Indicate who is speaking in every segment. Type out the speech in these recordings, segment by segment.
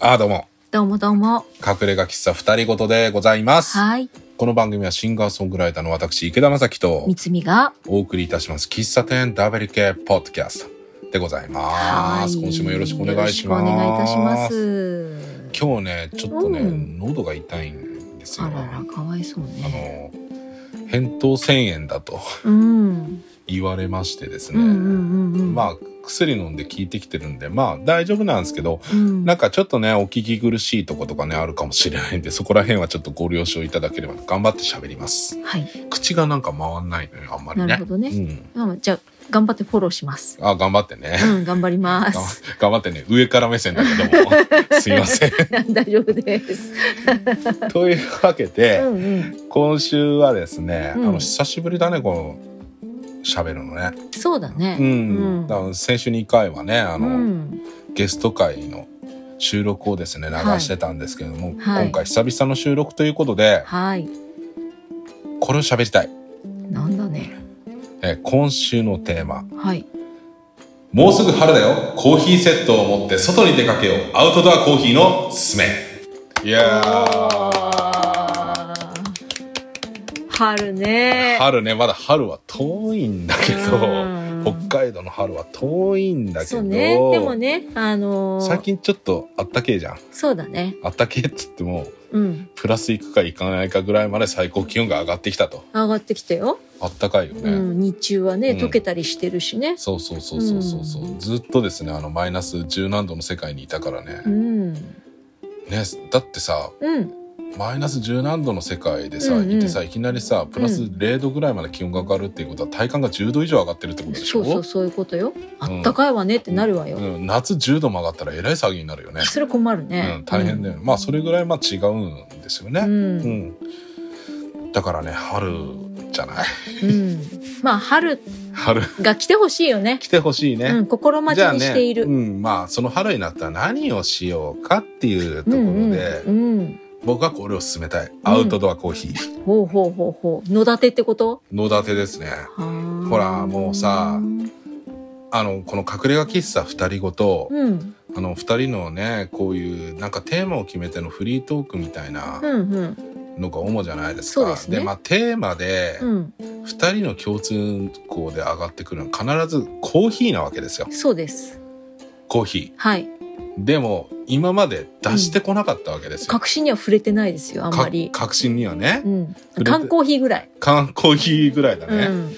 Speaker 1: あーどうも
Speaker 2: どうもどうも。
Speaker 1: 隠れ家喫茶二人ごとでございます
Speaker 2: はい。
Speaker 1: この番組はシンガーソングライターの私池田正樹と
Speaker 2: みつみが。
Speaker 1: お送りいたします喫茶店ダブル系ポッドキャストでございます今週もよろしくお願いします
Speaker 2: よろしくお願いいたします。
Speaker 1: 今日ねちょっとね、
Speaker 2: うん
Speaker 1: 喉が痛いんですよ
Speaker 2: あらら、かわいそう
Speaker 1: あ
Speaker 2: ね。
Speaker 1: の扁桃腺炎だと
Speaker 2: うん。
Speaker 1: 言われましてです
Speaker 2: うんう
Speaker 1: ね、
Speaker 2: んうんうん。
Speaker 1: まあ薬飲んで効いてきてるんでまあ大丈夫なんですけど
Speaker 2: うん、
Speaker 1: なんかちょっとねお聞き苦しいとことかねあるかもしれないんでそこら辺はちょっとご了承いただければ頑張って喋ります
Speaker 2: はい。
Speaker 1: 口がなんか回んないのよあんまりね
Speaker 2: なるほどね
Speaker 1: うん、
Speaker 2: うん、じゃあ、頑張ってフォローします。
Speaker 1: あ頑張ってね
Speaker 2: うん、頑張りま
Speaker 1: 頑
Speaker 2: す。
Speaker 1: 頑張ってね上から目線だけどもすいません
Speaker 2: 大丈夫です。
Speaker 1: というわけ
Speaker 2: う
Speaker 1: で
Speaker 2: んうん。
Speaker 1: 今週はですね、
Speaker 2: うん
Speaker 1: あの久しぶりだねこの喋るのね
Speaker 2: そうだね。
Speaker 1: うん、
Speaker 2: うん
Speaker 1: だから先週2回はねあ
Speaker 2: う
Speaker 1: の、
Speaker 2: ん。
Speaker 1: ゲスト会の収録をですね流してたんですけども、
Speaker 2: はい
Speaker 1: 今回久々の収録ということで
Speaker 2: はい。
Speaker 1: これを喋りたい、
Speaker 2: なんだね。
Speaker 1: えー今週のテーマ
Speaker 2: はい。
Speaker 1: 「もうすぐ春だよコーヒーセットを持って外に出かけようアウトドアコーヒーのすすめ」いやー
Speaker 2: 春ね。
Speaker 1: 春ねまだ春は遠いんだけど
Speaker 2: うん
Speaker 1: 北海道の春は遠いんだけ
Speaker 2: そう
Speaker 1: ど、
Speaker 2: ね。でもね、あのー
Speaker 1: 最近ちょっとあったけえじゃん
Speaker 2: そうだね。
Speaker 1: あったけえっつっても
Speaker 2: うん。
Speaker 1: プラスいくかいかないかぐらいまで最高気温が上がってきたと
Speaker 2: 上がってきたよ。
Speaker 1: あったかいよね、
Speaker 2: うん。日中はね、
Speaker 1: うん
Speaker 2: 溶けたりしてるしね。
Speaker 1: そうそうそうそうそうそう、
Speaker 2: うん
Speaker 1: ずっとですねあのマイナス十何度の世界にいたからね,、
Speaker 2: うん。
Speaker 1: ねだってさ
Speaker 2: うん。
Speaker 1: マイナス十何度の世界でさ、
Speaker 2: うんうん
Speaker 1: いてさいきなりさプラス
Speaker 2: う
Speaker 1: 0度ぐらいまで気温が上がるっていうことは体感が10度以上上がってるってことでし
Speaker 2: そ
Speaker 1: ょ
Speaker 2: うそう、そういうことよ。あったかいわねってなるわよ。
Speaker 1: うん、夏10度も上がったらえらい騒ぎになるよね、
Speaker 2: それ困る
Speaker 1: う
Speaker 2: ね
Speaker 1: ん、。大変だよ、ねまあそれぐらいまあ違うんですよ
Speaker 2: う
Speaker 1: ね、
Speaker 2: ん。う
Speaker 1: う
Speaker 2: ん。
Speaker 1: んだからね春じゃない
Speaker 2: うん。まあ、春
Speaker 1: 春
Speaker 2: が来てほしいよね。
Speaker 1: 来てほしいね、
Speaker 2: うん。心待
Speaker 1: じ
Speaker 2: ち
Speaker 1: ゃあ
Speaker 2: にしてい
Speaker 1: ね、う
Speaker 2: る。
Speaker 1: ん、まあその春になったら何をしようかっていうと
Speaker 2: う
Speaker 1: ころで、
Speaker 2: んうん。うん。
Speaker 1: 僕はこれを勧めたいアウトドアコーヒー、
Speaker 2: ほうほうほうほう。野立てってこと
Speaker 1: 野立てですねほ
Speaker 2: ほ
Speaker 1: らもうさあのこの隠れ家喫茶二人ごと、
Speaker 2: うん。
Speaker 1: あの二人のねこういうなんかテーマを決めてのフリートークみたいな
Speaker 2: うんうん。
Speaker 1: のが主じゃないですか、
Speaker 2: そうですね
Speaker 1: まあテーマで
Speaker 2: うん。
Speaker 1: 二人の共通項で上がってくるのは必ずコーヒーなわけですよ
Speaker 2: そうです。
Speaker 1: コーヒ
Speaker 2: はい。
Speaker 1: ーでも今まで出してこなかったわけですよ、
Speaker 2: 確信には触れてないですよ、あんまり。
Speaker 1: か確信にはね
Speaker 2: うん
Speaker 1: れ。て
Speaker 2: 缶コーヒーぐらい。
Speaker 1: 缶コーヒーぐらいだ
Speaker 2: う
Speaker 1: ね、
Speaker 2: ん。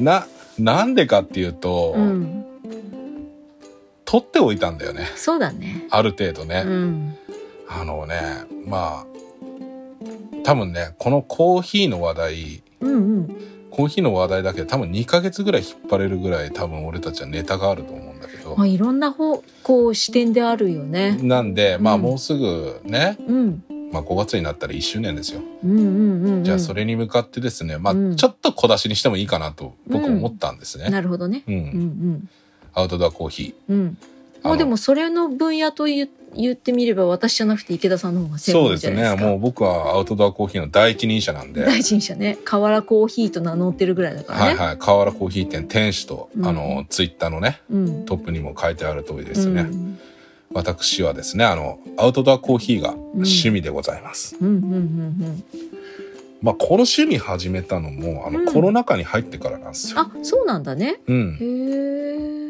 Speaker 1: ななんでかっていうと、
Speaker 2: うん。
Speaker 1: 取っておいたんだよね
Speaker 2: そうだね。
Speaker 1: ある程度ね、
Speaker 2: うん。
Speaker 1: あのねまあ多分ねこのコーヒーの話題
Speaker 2: うんうん。
Speaker 1: コーヒーの話題だけで多分2ヶ月ぐらい引っ張れるぐらい多分俺たちはネタがあると思うんだけど
Speaker 2: まあ、いろんな方、こう視点であるよね。
Speaker 1: なんでまあ
Speaker 2: うん
Speaker 1: もうすぐね、
Speaker 2: うん。
Speaker 1: まあ、5月になったら1周年ですよ
Speaker 2: うんうんうん、うん。
Speaker 1: じゃあそれに向かってですねまあ
Speaker 2: うん
Speaker 1: ちょっと小出しにしてもいいかなと僕
Speaker 2: うん
Speaker 1: 思ったんですね、
Speaker 2: なるほどね。
Speaker 1: うん
Speaker 2: うんうん。
Speaker 1: アウトドアコーヒ
Speaker 2: うん。
Speaker 1: ー
Speaker 2: もうで
Speaker 1: あの
Speaker 2: も、それの分野と言う言ってみれば、私じゃなくて池田さんの方が専
Speaker 1: そう
Speaker 2: 門
Speaker 1: で
Speaker 2: じゃ
Speaker 1: す
Speaker 2: ないです
Speaker 1: ね
Speaker 2: か。
Speaker 1: もう僕はアウトドアコーヒーの第一人者なんで
Speaker 2: 大臣者ね。河原コーヒーと名乗ってるぐらいだからね。
Speaker 1: はいはい河原コーヒー店店主と、
Speaker 2: うん
Speaker 1: あのツイッターのね
Speaker 2: うん。
Speaker 1: トップにも書いてある通りですね、
Speaker 2: うん
Speaker 1: 私はですねあのアウトドアコーヒーが趣味でございます、
Speaker 2: うんうんうんうん。
Speaker 1: まあこの趣味始めたのもあの、
Speaker 2: うん
Speaker 1: コロナ禍に入ってからなんですよ、
Speaker 2: あ、そうなんだね。
Speaker 1: うん
Speaker 2: へ、え。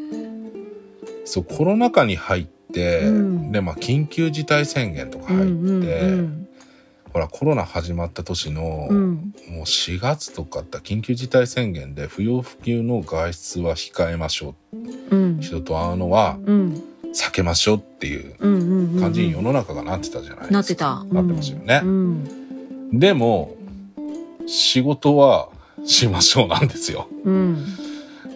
Speaker 1: そうコロナ禍に入って、
Speaker 2: うん
Speaker 1: でまあ緊急事態宣言とか入って、
Speaker 2: うんうんうん
Speaker 1: ほらコロナ始まった年の、
Speaker 2: うん。
Speaker 1: もう4月とかだった緊急事態宣言で不要不急の外出は控えましょ
Speaker 2: うん
Speaker 1: う。人と会うのは
Speaker 2: うん
Speaker 1: 避けましょうっていう
Speaker 2: うんうんうん
Speaker 1: 感じに世の中がなってたじゃないですか。
Speaker 2: なってた。
Speaker 1: なってましたよね
Speaker 2: うん。
Speaker 1: でも仕事はしましょうなんですよ
Speaker 2: うん。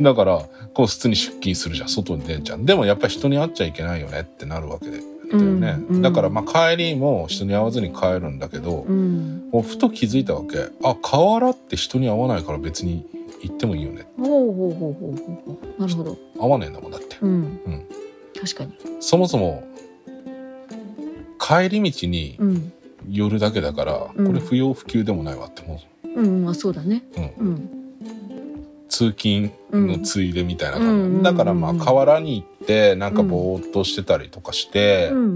Speaker 1: だからこう普通に出勤するじゃん外に出んじゃんでもやっぱり人に会っちゃいけないよねってなるわけで、
Speaker 2: うん
Speaker 1: だよね
Speaker 2: うん
Speaker 1: だからまあ帰りも人に会わずに帰るんだけど、
Speaker 2: うん。
Speaker 1: もうふと気づいたわけあ河原って人に会わないから別に行ってもいいよね
Speaker 2: ほうほうほうほうほうほう。なるほど。
Speaker 1: 会わねえんだもんだって、
Speaker 2: うん。
Speaker 1: うん
Speaker 2: 確かに。
Speaker 1: そもそも帰り道に
Speaker 2: うん。
Speaker 1: 寄るだけだから、
Speaker 2: うん
Speaker 1: これ不要不急でもないわっても
Speaker 2: うんうん。あ、そうだね。
Speaker 1: う、うん、
Speaker 2: うん。
Speaker 1: 通勤のついでみたいな
Speaker 2: うん
Speaker 1: 感
Speaker 2: うん
Speaker 1: じだからまあ河原に行ってなんかぼーっとしてたりとかして、
Speaker 2: うんうんう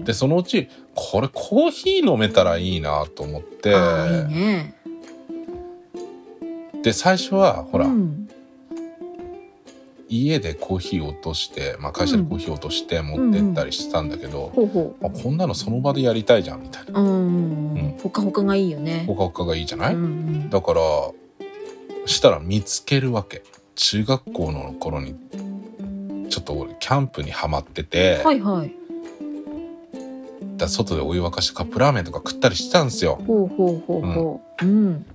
Speaker 2: ん。
Speaker 1: でそのうちこれコーヒー飲めたらいいなと思って
Speaker 2: あーいいね。
Speaker 1: で最初はほら、
Speaker 2: うん
Speaker 1: 家でコーヒー落として、まあ、会社でコーヒー落として持ってったりしてたんだけど、
Speaker 2: ほうほ
Speaker 1: あこんなのその場でやりたいじゃんみたいな
Speaker 2: う。うん
Speaker 1: うん。
Speaker 2: ほかほかがいいよね。
Speaker 1: ほかほかがいいじゃない、
Speaker 2: うんうん
Speaker 1: だからしたら見つけるわけ中学校の頃にちょっと俺キャンプにはまってて、
Speaker 2: はいはい。
Speaker 1: だから外でお湯沸かしてカップラーメンとか食ったりしてたんですよ
Speaker 2: ほうほうほうほう。うん。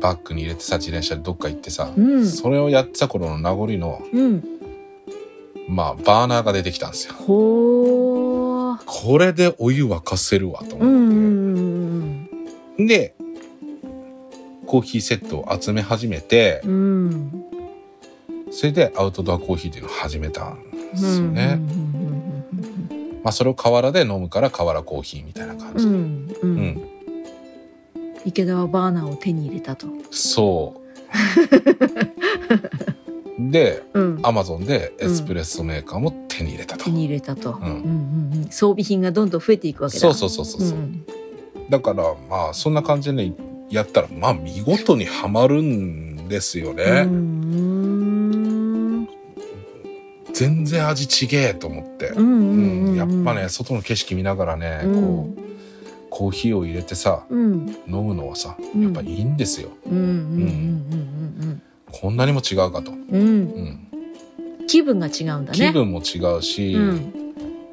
Speaker 1: バッグに入れてさ自転車でどっか行ってさ、
Speaker 2: うん
Speaker 1: それをやってた頃の名残の
Speaker 2: うん。
Speaker 1: まあバーナーが出てきたんですよ
Speaker 2: ほう。
Speaker 1: これでお湯沸かせるわと思って、
Speaker 2: うんうんうん
Speaker 1: でコーヒーセットを集め始めて
Speaker 2: うんうん。うん。
Speaker 1: それでアウトドアコーヒーっていうのを始めたんですよね、まあ、それを河原で飲むから河原コーヒーみたいな感
Speaker 2: うんう
Speaker 1: じ
Speaker 2: んう
Speaker 1: で、
Speaker 2: んうん。う
Speaker 1: うん
Speaker 2: んうん。池田はバーナーを手に入れたと。
Speaker 1: そうで
Speaker 2: うん。
Speaker 1: アマゾンでエスプレッソメーカーも手に入れたと、
Speaker 2: 手に入れたと。う
Speaker 1: ん
Speaker 2: んうんうん。装備品がどんどん増えていくわけだ。
Speaker 1: そうそうそうそうそう、
Speaker 2: ん
Speaker 1: だからまあそんな感じでねやったらまあ見事にはまるんですよ
Speaker 2: う
Speaker 1: ね、
Speaker 2: ん。
Speaker 1: 全然味ちげえと思って、
Speaker 2: うんうんうんうん
Speaker 1: やっぱね外の景色見ながらね、
Speaker 2: うん
Speaker 1: こうコーヒーを入れてさ
Speaker 2: うん
Speaker 1: 飲むのはさ
Speaker 2: うん
Speaker 1: やっぱいいんですよ、
Speaker 2: うんうん
Speaker 1: こんなにも違うかと、
Speaker 2: うんうんうんうん
Speaker 1: うん
Speaker 2: うん気分が違うんだね
Speaker 1: 気分も違うし、
Speaker 2: うん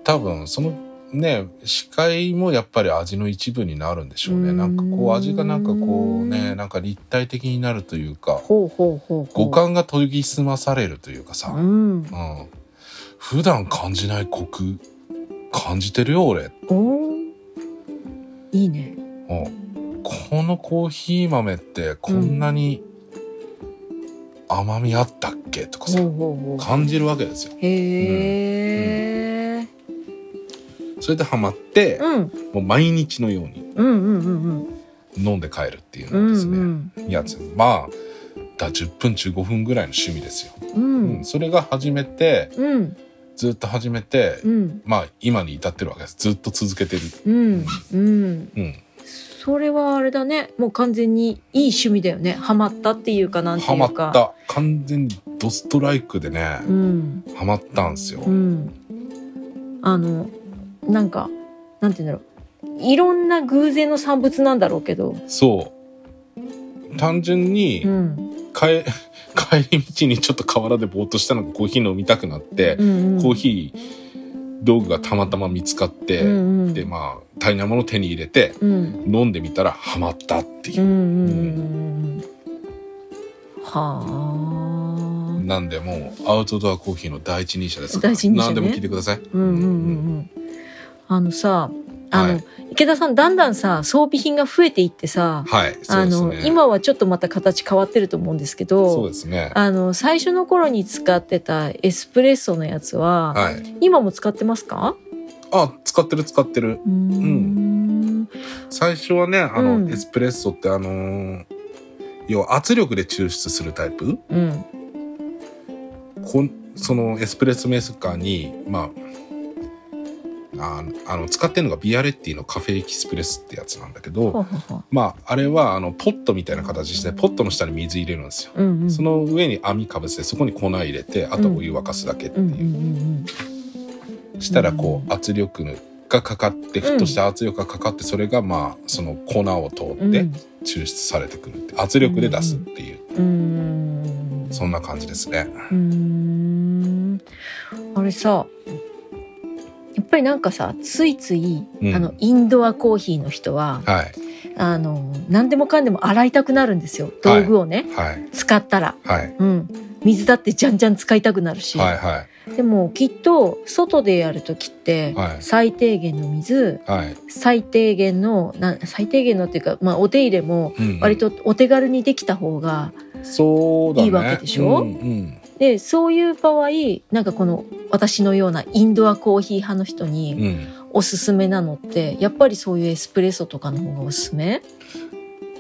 Speaker 1: 多分そのね視界もやっぱり味の一部になるんでしょうね
Speaker 2: うん
Speaker 1: なんかこう味がなんかこうねなんか立体的になるというか
Speaker 2: ほうほうほうほう
Speaker 1: 五感が研ぎ澄まされるというかさ、
Speaker 2: うん
Speaker 1: うん、普段感じないコク感じてるよ俺、
Speaker 2: おーいいね
Speaker 1: うん、このコーヒー豆ってこんなに甘みあったっけとかさ、
Speaker 2: ほうほうほ
Speaker 1: 感じるわけですよ
Speaker 2: うへえ
Speaker 1: それでハマって、
Speaker 2: うん
Speaker 1: もう毎日のように
Speaker 2: うんうんうん
Speaker 1: 飲んで帰るっていう
Speaker 2: う
Speaker 1: の
Speaker 2: ん
Speaker 1: が
Speaker 2: う
Speaker 1: ですね、
Speaker 2: ん
Speaker 1: やつまあだ10分15分ぐらいの趣味ですよ、
Speaker 2: う
Speaker 1: うんんそれが始めて
Speaker 2: うん
Speaker 1: ずっと始めて、
Speaker 2: うん
Speaker 1: まあ今に至ってるわけですずっと続けてる、
Speaker 2: うんうん
Speaker 1: うん、
Speaker 2: それはあれだねもう完全にいい趣味だよねハマったっていうかなんて
Speaker 1: ハ
Speaker 2: い
Speaker 1: マ
Speaker 2: う
Speaker 1: っ
Speaker 2: か
Speaker 1: た完全にドストライクでね、
Speaker 2: うん
Speaker 1: ハマったんですよ、
Speaker 2: うん、あのなんかなんて言うんだろういろんな偶然の産物なんだろうけど、
Speaker 1: そう単純に
Speaker 2: うん
Speaker 1: 帰 帰り道にちょっと河原でぼーっとしたのがコーヒー飲みたくなって
Speaker 2: う、んうん、
Speaker 1: コーヒー道具がたまたま見つかって、
Speaker 2: うんうん、
Speaker 1: でまあ大なもの手に入れて
Speaker 2: うん
Speaker 1: 飲んでみたらハマったって
Speaker 2: う
Speaker 1: い
Speaker 2: んう
Speaker 1: う、
Speaker 2: んうんうんはあ
Speaker 1: なんでもうアウトドアコーヒーの第一人者ですか
Speaker 2: 第
Speaker 1: ら
Speaker 2: 一人者ね
Speaker 1: 何でも聞いてください、
Speaker 2: うんうんうんうんあのさあの、
Speaker 1: はい
Speaker 2: 池田さんだんだんさ装備品が増えていってさ、
Speaker 1: はいそう
Speaker 2: あ
Speaker 1: です
Speaker 2: の
Speaker 1: ね
Speaker 2: 今はちょっとまた形変わってると思うんですけ
Speaker 1: そう
Speaker 2: ど
Speaker 1: ですね
Speaker 2: あの最初の頃に使ってたエスプレッソのやつは、
Speaker 1: はい
Speaker 2: 今も使ってますか？
Speaker 1: あ使ってる使ってる
Speaker 2: うーん。
Speaker 1: 最初はねあの、
Speaker 2: うん
Speaker 1: エスプレッソってあのー要は圧力で抽出するタイプ
Speaker 2: うん。
Speaker 1: こんそのエスプレッソメーカーにまああのあの使ってるのがビアレッティのカフェエキスプレスってやつなんだけど、
Speaker 2: ほうほうほう。
Speaker 1: まああれはあのポットみたいな形してポットの下に水入れるんですよ
Speaker 2: うんうん。
Speaker 1: その上に網かぶせてそこに粉入れてあとお湯沸かすだけってい
Speaker 2: うんうんう
Speaker 1: う、
Speaker 2: ん
Speaker 1: したらこう圧力がかかってふっとした圧力がかかってそれがまあその粉を通
Speaker 2: うん。
Speaker 1: って抽出されてくるって圧力で出すっていう
Speaker 2: うん。
Speaker 1: そんな感じですね。
Speaker 2: うーん。あれさ、やっぱりなんかさ、ついつい、
Speaker 1: うん
Speaker 2: あのインドアコーヒーの人は、
Speaker 1: はい
Speaker 2: あの何でもかんでも洗いたくなるんですよ。道具をね、
Speaker 1: はい
Speaker 2: 使ったら、
Speaker 1: はい
Speaker 2: うん。水だってじゃんじゃん使いたくなるし、
Speaker 1: はいは
Speaker 2: でもきっと外でやる時って、
Speaker 1: はい
Speaker 2: 最低限の水
Speaker 1: いはい。
Speaker 2: 最低限のな最低限のっていうか、まあ、お手入れも
Speaker 1: うん
Speaker 2: 割とお手軽にできた方が、
Speaker 1: そうだね。
Speaker 2: いいわけでしょ
Speaker 1: うんうん
Speaker 2: でそういう場合なんかこの私のようなインドアコーヒー派の人
Speaker 1: う
Speaker 2: に
Speaker 1: ん
Speaker 2: おすすめなのってやっぱりそういうエスプレッソとかの方がおすすめ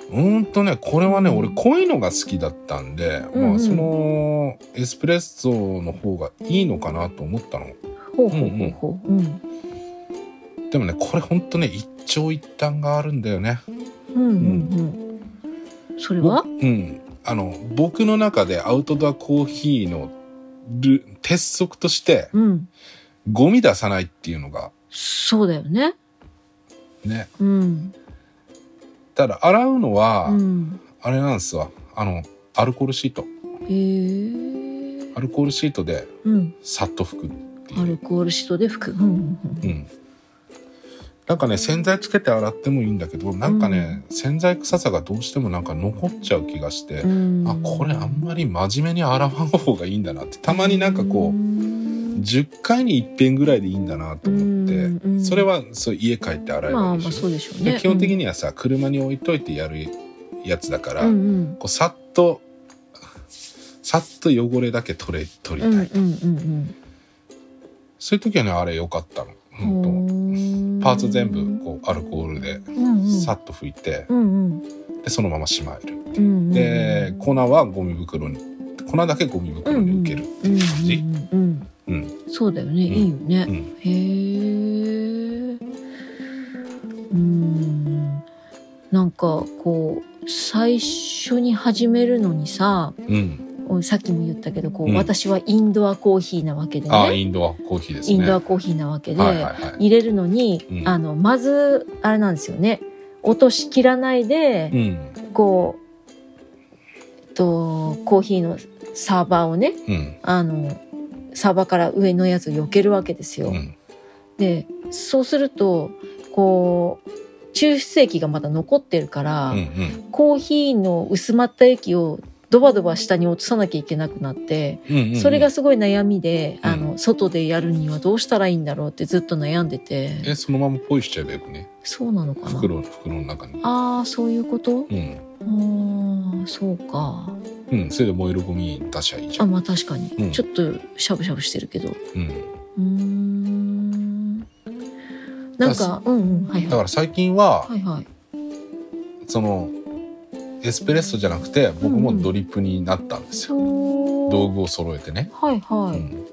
Speaker 1: うーんとねこれはね
Speaker 2: うん
Speaker 1: 俺濃いのが好きだったんで、
Speaker 2: うんうん
Speaker 1: まあ、そのエスプレッソの方がいいのかなと思ったの
Speaker 2: ほうほうほうほう。うん。
Speaker 1: でもねこれほんとね一長一短があるんだよね
Speaker 2: うんうんうん。それは
Speaker 1: 僕うんあの僕の中でアウトドアコーヒーのル鉄則として
Speaker 2: うん。
Speaker 1: ゴミ出さないっていうのが
Speaker 2: そうだよね。
Speaker 1: ね
Speaker 2: うん。
Speaker 1: ただ洗うのは、
Speaker 2: うん。
Speaker 1: あれなんですわあのアルコールシート
Speaker 2: へえ。
Speaker 1: アルコールシートで
Speaker 2: うん。
Speaker 1: さっと拭くっていう
Speaker 2: アルコールシトで拭く。うんうんうん。
Speaker 1: うん、なんかね洗剤つけて洗ってもいいんだけどなんかね、洗剤臭さがどうしてもなんか残っちゃう気がして、
Speaker 2: うん
Speaker 1: あこれあんまり真面目に洗わん方がいいんだなってたまになんかこう、
Speaker 2: う
Speaker 1: 10回に1遍ぐらいでいいんだなと思
Speaker 2: う
Speaker 1: って、
Speaker 2: んうん
Speaker 1: それはそう家帰って洗えばいいし、
Speaker 2: まあまあそうでしょう
Speaker 1: で
Speaker 2: ね。
Speaker 1: 基本的
Speaker 2: に
Speaker 1: にはさ車に置いといてやるやつだから、
Speaker 2: うんうん
Speaker 1: こうさっとさっと汚れだけ取れ取
Speaker 2: う
Speaker 1: り
Speaker 2: ん
Speaker 1: たい、
Speaker 2: うん
Speaker 1: そういう時はねあれ良かったの
Speaker 2: う
Speaker 1: 本当。
Speaker 2: んうん。
Speaker 1: パーツ全部こうアルコールで
Speaker 2: うんうん
Speaker 1: さっと拭いて、
Speaker 2: うんうん
Speaker 1: でそのまましまえる、
Speaker 2: うんうん。
Speaker 1: で粉はゴミ袋に粉だけゴミ袋に受けるっていう感じ、
Speaker 2: うんうん
Speaker 1: うん
Speaker 2: うんそうだよね。
Speaker 1: うん
Speaker 2: いいよね。
Speaker 1: うん
Speaker 2: へえ。うん。なんかこう最初に始めるのにさ、
Speaker 1: うん
Speaker 2: おさっきも言ったけど、こう、
Speaker 1: うん
Speaker 2: 私はインドアコーヒーなわけで
Speaker 1: ああ
Speaker 2: ね。
Speaker 1: インドアコーヒーですね
Speaker 2: インドアコーヒーなわけで、
Speaker 1: はいはいはい
Speaker 2: 入れるのに、
Speaker 1: うん
Speaker 2: あのまずあれなんですよね。落としきらないで
Speaker 1: う、ん
Speaker 2: こう、えっとコーヒーのサーバーをね、
Speaker 1: うん
Speaker 2: あのサーバーから上のやつを避けるわけですよ。
Speaker 1: うん
Speaker 2: でそうするとこう抽出液がまだ残ってるから、
Speaker 1: うんうん
Speaker 2: コーヒーの薄まった液をドバドバ下に落とさなきゃいけなくなって、
Speaker 1: うんうんうん
Speaker 2: それがすごい悩みで、
Speaker 1: うん
Speaker 2: あの外でやるにはどうしたらいいんだろうってずっと悩んでて、
Speaker 1: えそのままポイしちゃえばよくね
Speaker 2: そうなのかな
Speaker 1: 袋の袋の中に
Speaker 2: ああそういうこと
Speaker 1: うん
Speaker 2: あーそうか
Speaker 1: うんそれで燃えるゴミ出しゃいいじゃ
Speaker 2: あ
Speaker 1: ん
Speaker 2: まあ確かに、
Speaker 1: うん
Speaker 2: ちょっとしゃぶしゃぶしてるけどう
Speaker 1: うん
Speaker 2: ーんなんかうんうんはい
Speaker 1: だか
Speaker 2: は
Speaker 1: ら最近はい
Speaker 2: はいはい
Speaker 1: そのエスプレッソじゃなくて僕もドリップになったんです
Speaker 2: そ
Speaker 1: よ
Speaker 2: う
Speaker 1: 道具を揃えてね
Speaker 2: はいはい、
Speaker 1: うん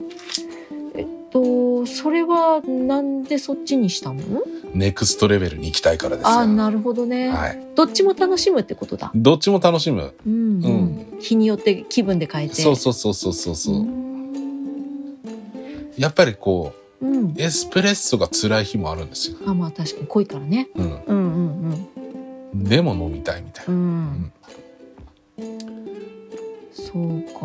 Speaker 2: とそれはなんでそっちにしたの
Speaker 1: ネクストレベルに行きたいからですよ
Speaker 2: ああなるほどね、
Speaker 1: はい、
Speaker 2: どっちも楽しむってことだ
Speaker 1: どっちも楽しむ、
Speaker 2: うん、う
Speaker 1: うんん
Speaker 2: 日によって気分で変えて
Speaker 1: そうそうそうそうそうそううんやっぱりこ
Speaker 2: うん
Speaker 1: うエスプレッソが辛い日もあるんですよ、
Speaker 2: あまあ確かに濃いからね
Speaker 1: うん、
Speaker 2: うんうん
Speaker 1: でも飲みたいみたい
Speaker 2: うんうん
Speaker 1: な、
Speaker 2: そうか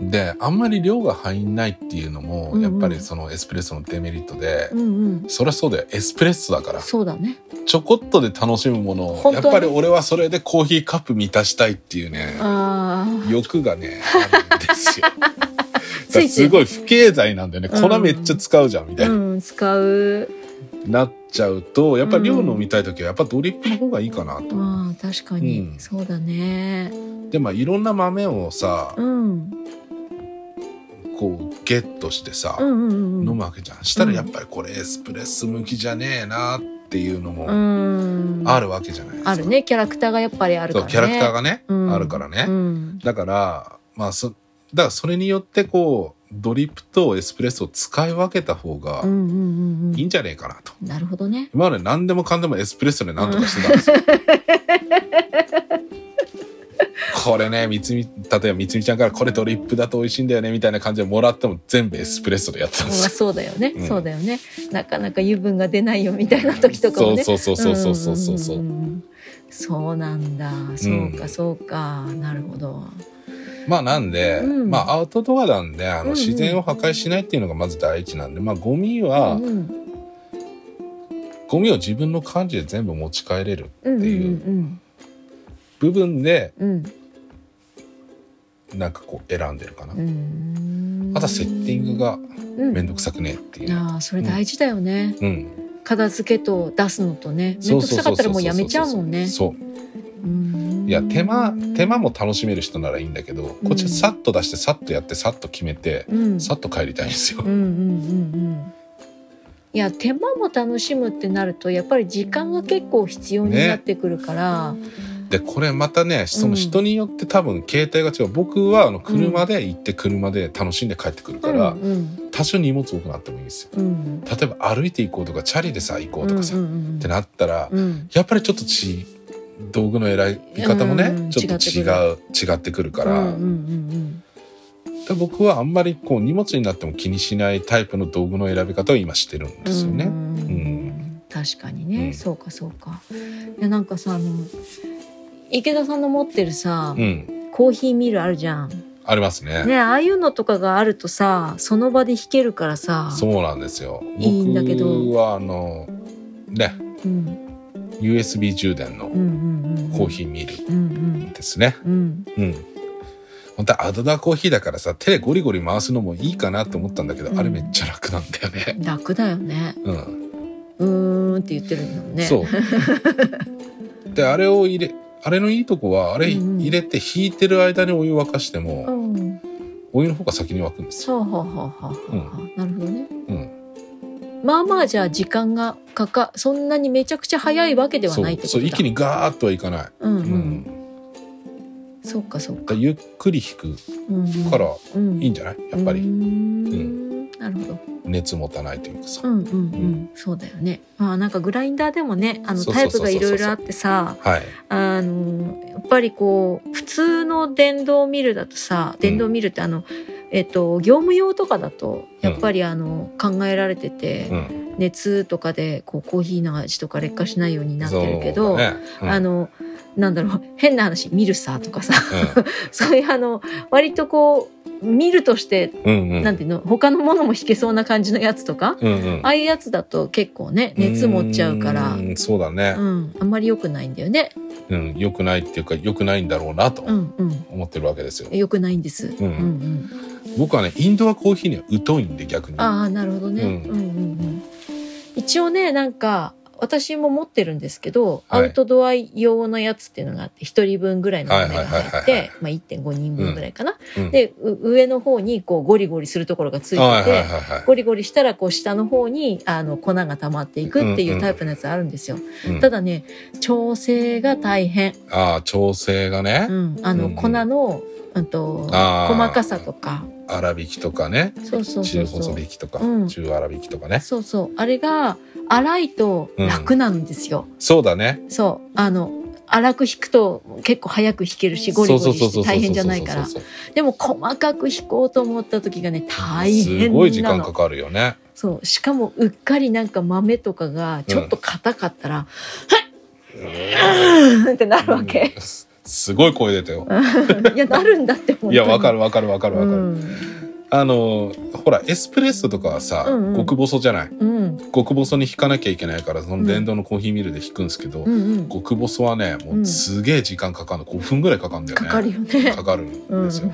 Speaker 1: であんまり量が入んないっていうのも、
Speaker 2: うんうん
Speaker 1: やっぱりそのエスプレッソのデメリットで、
Speaker 2: うんうん
Speaker 1: そりゃそうだよエスプレッソだから
Speaker 2: そうだね
Speaker 1: ちょこっとで楽しむものを、
Speaker 2: 本当
Speaker 1: やっ
Speaker 2: に
Speaker 1: ぱり俺はそれでコーヒーカップ満たしたいっていうね
Speaker 2: ああ
Speaker 1: 欲がねあるんですよ だか
Speaker 2: つ
Speaker 1: ら
Speaker 2: いつい
Speaker 1: すごい不経済なんだよね
Speaker 2: うん
Speaker 1: 粉めっちゃ使うじゃんみたいな、
Speaker 2: うん使う
Speaker 1: なっちゃうとやっぱり量飲みたい時はやっぱドリップの方がいいかなと、
Speaker 2: まあ確かに、
Speaker 1: うん
Speaker 2: そうだね
Speaker 1: でまあいろんな豆をさ
Speaker 2: うん
Speaker 1: こうゲットしてさ、
Speaker 2: うんうんうん
Speaker 1: 飲むわけじゃんしたらやっぱりこれエスプレッソ向きじゃねえなっていうの
Speaker 2: う
Speaker 1: も
Speaker 2: ん
Speaker 1: あるわけじゃないですか、
Speaker 2: あるねキャラクターがやっぱりあるか
Speaker 1: そ
Speaker 2: ら
Speaker 1: う
Speaker 2: ね
Speaker 1: キャラクターがね、
Speaker 2: うん
Speaker 1: あるからね、
Speaker 2: うん
Speaker 1: だからまあそだからそれによってこうドリップとエスプレッソを使い分けた方が
Speaker 2: うんうんうん
Speaker 1: いいんじゃねえかなと、
Speaker 2: うんなるほどね
Speaker 1: 今まで何でもかんでもエスプレッソで何とかしてたんですよ。これね、みつみ、例えばみつみちゃんからこれドリップだと美味しいんだよねみたいな感じでもらっても全部エスプレッソでやってたん
Speaker 2: まあ
Speaker 1: ですよ。
Speaker 2: そうだよね、
Speaker 1: うん
Speaker 2: そうだよねなかなか油分が出ないよみたいな時とかもね
Speaker 1: そうそうそうそうそうそうそう。
Speaker 2: んんんそうなんだそうかそうか、なるほど
Speaker 1: まあなんで、
Speaker 2: うん
Speaker 1: まあアウトドアなんで、
Speaker 2: うん
Speaker 1: あ
Speaker 2: う
Speaker 1: の
Speaker 2: ん
Speaker 1: 自然を破壊しないっていうのがまず第一なんで、まあゴミは、
Speaker 2: うんうん
Speaker 1: ゴミを自分の感じで全部持ち帰れる
Speaker 2: うんうん
Speaker 1: って
Speaker 2: う
Speaker 1: いうん部分で、
Speaker 2: うん
Speaker 1: なんかこう選んでるかな。
Speaker 2: うん
Speaker 1: あとはセッティングがめん
Speaker 2: ど
Speaker 1: どくさくねえっていう。
Speaker 2: ああそれ大事だよね、
Speaker 1: うん。
Speaker 2: 片付けと出すのとねめん
Speaker 1: そ
Speaker 2: ど
Speaker 1: う
Speaker 2: く
Speaker 1: そう
Speaker 2: さ
Speaker 1: そ
Speaker 2: か
Speaker 1: う
Speaker 2: っ
Speaker 1: そ
Speaker 2: たら
Speaker 1: うそう
Speaker 2: もうやめちゃうもんね
Speaker 1: そ
Speaker 2: う
Speaker 1: う
Speaker 2: ん
Speaker 1: いや手間手間も楽しめる人ならいいんだけどこっちはさっと出してさっとやってさっと決めて
Speaker 2: うん
Speaker 1: さっと帰りたいんですよ
Speaker 2: うん。うんうんうんいや手間も楽しむってなるとやっぱり時間が結構必要になってくるから、
Speaker 1: でこれまたねその人によって多分携帯が違う、僕はあの車で行って車で楽しんで帰ってくるから、
Speaker 2: うんうん
Speaker 1: 多少荷物多くなってもいいんですよ
Speaker 2: うん
Speaker 1: 例えば歩いて行こうとかチャリでさ行こうとかさ、
Speaker 2: うんうんうん
Speaker 1: ってなったら、
Speaker 2: うん
Speaker 1: やっぱりちょっとち道具の選び方もね、
Speaker 2: うん
Speaker 1: ちょっと違う違ってくるか
Speaker 2: う
Speaker 1: ら、
Speaker 2: んうん
Speaker 1: で僕はあんまりこう荷物になっても気にしないタイプの道具の選び方を今してるん
Speaker 2: うん
Speaker 1: ですよ
Speaker 2: う
Speaker 1: ね。
Speaker 2: ん
Speaker 1: うん
Speaker 2: 確かにね、
Speaker 1: うん
Speaker 2: そうかそうかいやなんかさあの池田さんの持ってるさ、
Speaker 1: うん、
Speaker 2: コーヒーミルあるじゃん
Speaker 1: ありますね。
Speaker 2: ねああいうのとかがあるとさその場で弾けるからさ
Speaker 1: そうなんですよ。
Speaker 2: いいんだけど
Speaker 1: 僕はあのね
Speaker 2: うん、
Speaker 1: USB 充電の
Speaker 2: うんうんうん
Speaker 1: コーヒーミル
Speaker 2: うん
Speaker 1: ですね。
Speaker 2: うんうん
Speaker 1: うん。本当はアドダコーヒーだからさ手ゴリゴリ回すのもいいかなと思ったんだけど、
Speaker 2: うん
Speaker 1: あれめっちゃ楽なんだよね。
Speaker 2: 楽だよね
Speaker 1: うん。
Speaker 2: うーんって言ってるんだもんね
Speaker 1: そう。 であれを入れあれのいいとこはあれ
Speaker 2: うんうん
Speaker 1: 入れて引いてる間にお湯沸かしても、
Speaker 2: うん
Speaker 1: お湯の方が先に沸くんですよ。
Speaker 2: そうほうほうほうほうほう、なるほどね
Speaker 1: うん。
Speaker 2: まあまあじゃあ時間がかかそんなにめちゃくちゃ早いわけでは
Speaker 1: そ
Speaker 2: ないってこ
Speaker 1: う
Speaker 2: とだ
Speaker 1: そう一気にガーッとはいかない、
Speaker 2: うんう、
Speaker 1: うんん
Speaker 2: そうかそうか
Speaker 1: だからゆっくり引く
Speaker 2: うん
Speaker 1: から
Speaker 2: うん
Speaker 1: いいんじゃないやっぱ
Speaker 2: うー
Speaker 1: り
Speaker 2: ん
Speaker 1: う
Speaker 2: なるほど
Speaker 1: 熱持たないというかさ、
Speaker 2: うんうんうん、
Speaker 1: ん
Speaker 2: そうだよねあなんかグラインダーでもねあの
Speaker 1: そう
Speaker 2: タ
Speaker 1: そう
Speaker 2: イ
Speaker 1: そ
Speaker 2: プ
Speaker 1: うそ
Speaker 2: がいろい
Speaker 1: うそう
Speaker 2: ろあってさ
Speaker 1: はい
Speaker 2: あのやっぱりこう普通の電動ミルだとさ電動ミルってあの、えっと、業務用とかだとやっぱりあの、考えられてて、
Speaker 1: うん
Speaker 2: 熱とかでこうコーヒーの味とか劣化しないようになってるけ
Speaker 1: そう
Speaker 2: ど、
Speaker 1: だねうん
Speaker 2: あのなんだろう変な話ミルサーとかさ
Speaker 1: う
Speaker 2: そういうあの割とこうミルとして、
Speaker 1: んうんうん
Speaker 2: なんていうの他のものも弾けそうな感じのやつとか、
Speaker 1: うんうん
Speaker 2: ああいうやつだと結構ね熱持っちゃうから。
Speaker 1: ーんそうだね
Speaker 2: う、ん、あんまり良くないんだよね。
Speaker 1: うん、良くないっていうか良くないんだろうなと
Speaker 2: うんうん。
Speaker 1: 思ってるわけですよ、
Speaker 2: 良くないんです。
Speaker 1: うん
Speaker 2: うんうん。
Speaker 1: 僕はねインドアコーヒーには疎いんで逆に
Speaker 2: ああなるほどね、
Speaker 1: う
Speaker 2: うんんうんうん、一応ねなんか私も持ってるんですけど、
Speaker 1: はい
Speaker 2: アウトドア用のやつっていうのがあって1人分ぐらいの豆が入
Speaker 1: はいはいはい
Speaker 2: っ
Speaker 1: はいはい
Speaker 2: てまあ1.5人分ぐらいかな、
Speaker 1: うん
Speaker 2: でう上の方にこうゴリゴリするところがついてて、
Speaker 1: はいはいはいは
Speaker 2: ゴリゴリしたらこう下の方にあの粉が溜まっていくっていうタイプのやつあるんですよ、
Speaker 1: い、うん
Speaker 2: ただね調整が大変、
Speaker 1: ああ調整がね、
Speaker 2: うん、あ
Speaker 1: う
Speaker 2: の
Speaker 1: ん
Speaker 2: 粉の、うん、と
Speaker 1: あー
Speaker 2: 細かさとか
Speaker 1: 粗挽きとかね
Speaker 2: そうそうそ
Speaker 1: 中
Speaker 2: うそう
Speaker 1: 細引きとか、
Speaker 2: うん
Speaker 1: 中粗挽きとかね
Speaker 2: そうそうあれが粗いと楽なんですよ、
Speaker 1: そうだね
Speaker 2: そうあの粗く引くと結構早く引けるしゴリゴリして大変じゃないから
Speaker 1: そうそうそうそうそう
Speaker 2: でも細かく引こうと思った時がね大変なの
Speaker 1: すごい時間かかるよね。
Speaker 2: そうしかもうっかりなんか豆とかがちょっと硬かったら、 うーんってなるわけ、
Speaker 1: うんすすごい声出たよ。
Speaker 2: いやなるんだって本当に
Speaker 1: いやわか
Speaker 2: る
Speaker 1: るわかるわかるわかる。あのほらエスプレッソとかはさ、
Speaker 2: うんうん
Speaker 1: 極細じゃない。
Speaker 2: うんうん
Speaker 1: 極細に引かなきゃいけないからその
Speaker 2: ん
Speaker 1: 電動のコーヒーミルで引くんですけど、
Speaker 2: うんうん
Speaker 1: 極細はねもうすげえ時間かかるの5分ぐらいかかるんだよ
Speaker 2: か
Speaker 1: ね。
Speaker 2: かるよね
Speaker 1: かかるんですよ。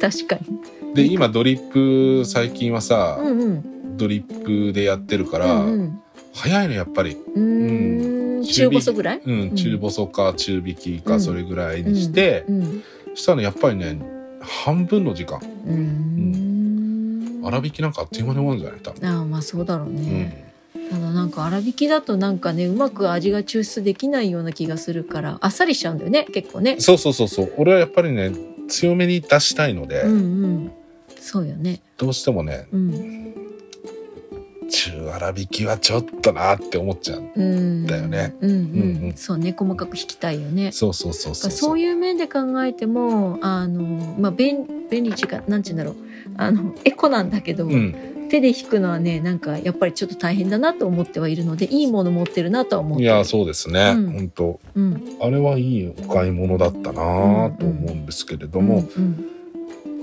Speaker 2: 確かに
Speaker 1: で今ドリップ最近はさ、
Speaker 2: うんうん
Speaker 1: ドリップでやってるか
Speaker 2: う
Speaker 1: ら、
Speaker 2: ん
Speaker 1: 早いのやっぱり。
Speaker 2: うんうーん中細ぐらい
Speaker 1: うん、中細か中引き
Speaker 2: う
Speaker 1: か
Speaker 2: ん
Speaker 1: それぐらいにして。
Speaker 2: うん
Speaker 1: したらやっぱりね半分の時間
Speaker 2: うーん
Speaker 1: 粗引きなんかあっという間に終わるんじゃない多分、
Speaker 2: ああまあそうだろう
Speaker 1: う
Speaker 2: ね、
Speaker 1: ん、
Speaker 2: ただなんか粗挽きだとなんかねうまく味が抽出できないような気がするからあっさりしちゃうんだよね結構ね
Speaker 1: そうそうそうそう俺はやっぱりね強めに出したいので、
Speaker 2: うんうんそうよね
Speaker 1: どうしてもね
Speaker 2: うん
Speaker 1: 中粗引きはちょっとなって思っちゃう
Speaker 2: うん
Speaker 1: だよね
Speaker 2: うん
Speaker 1: うん
Speaker 2: う
Speaker 1: うんん
Speaker 2: そうね細かく引きたいよね
Speaker 1: そうそうそう
Speaker 2: そ
Speaker 1: そうう
Speaker 2: いう面で考えてもあの、まあ、便便利時間なんて言うんだろうあのエコなんだけど、
Speaker 1: うん、
Speaker 2: 手で引くのはねなんかやっぱりちょっと大変だなと思ってはいるのでいいもの持ってるなとは思って
Speaker 1: い
Speaker 2: る
Speaker 1: やそうですね、
Speaker 2: うん
Speaker 1: 本当
Speaker 2: うん
Speaker 1: あれはいいお買い物だったなと思うんですけれども、
Speaker 2: うん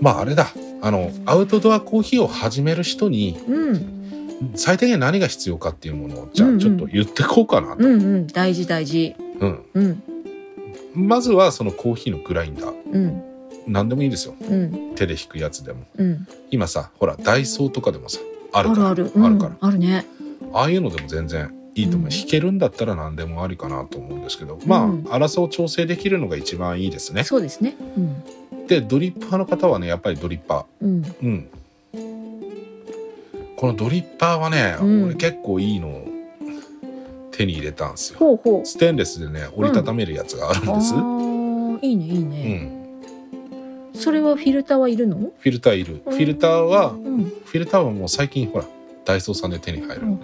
Speaker 1: まああれだあのアウトドアコーヒーを始める人に
Speaker 2: うん
Speaker 1: 最低限何が必要かっていうものをじゃ
Speaker 2: うんう
Speaker 1: あ
Speaker 2: ん
Speaker 1: ちょっと言ってこうかなと、
Speaker 2: うんうん大事大事
Speaker 1: うん、
Speaker 2: うん
Speaker 1: まずはそのコーヒーのグラインダー
Speaker 2: うん
Speaker 1: 何でもいいですよ
Speaker 2: うん
Speaker 1: 手で引くやつでも
Speaker 2: うん
Speaker 1: 今さほらダイソーとかでもさあ
Speaker 2: あ
Speaker 1: るから
Speaker 2: る
Speaker 1: あ
Speaker 2: あるうん
Speaker 1: るから
Speaker 2: あるね
Speaker 1: あいうのでも全然いいと思う、
Speaker 2: うん
Speaker 1: 引けるんだったら何でもありかなと思うんですけどまあ、
Speaker 2: うん
Speaker 1: 粗さを調整できるのが一番いいですね
Speaker 2: そうですねうん
Speaker 1: でドリッパーの方はねやっぱりドリッパ
Speaker 2: うん
Speaker 1: ーうんこのドリッパーはね、
Speaker 2: うん
Speaker 1: 俺結構いいのを手に入れたんですよ。
Speaker 2: ほうほう
Speaker 1: ステンレスでね折りたためるやつがあるん
Speaker 2: あ
Speaker 1: です。うん
Speaker 2: ーいいねいいね、それはフィルターはいるの
Speaker 1: フィルターいる。フィルター
Speaker 2: う
Speaker 1: は
Speaker 2: んうん
Speaker 1: フィルターはもう最近ほらダイソーさんで手に入る
Speaker 2: うんうん
Speaker 1: ん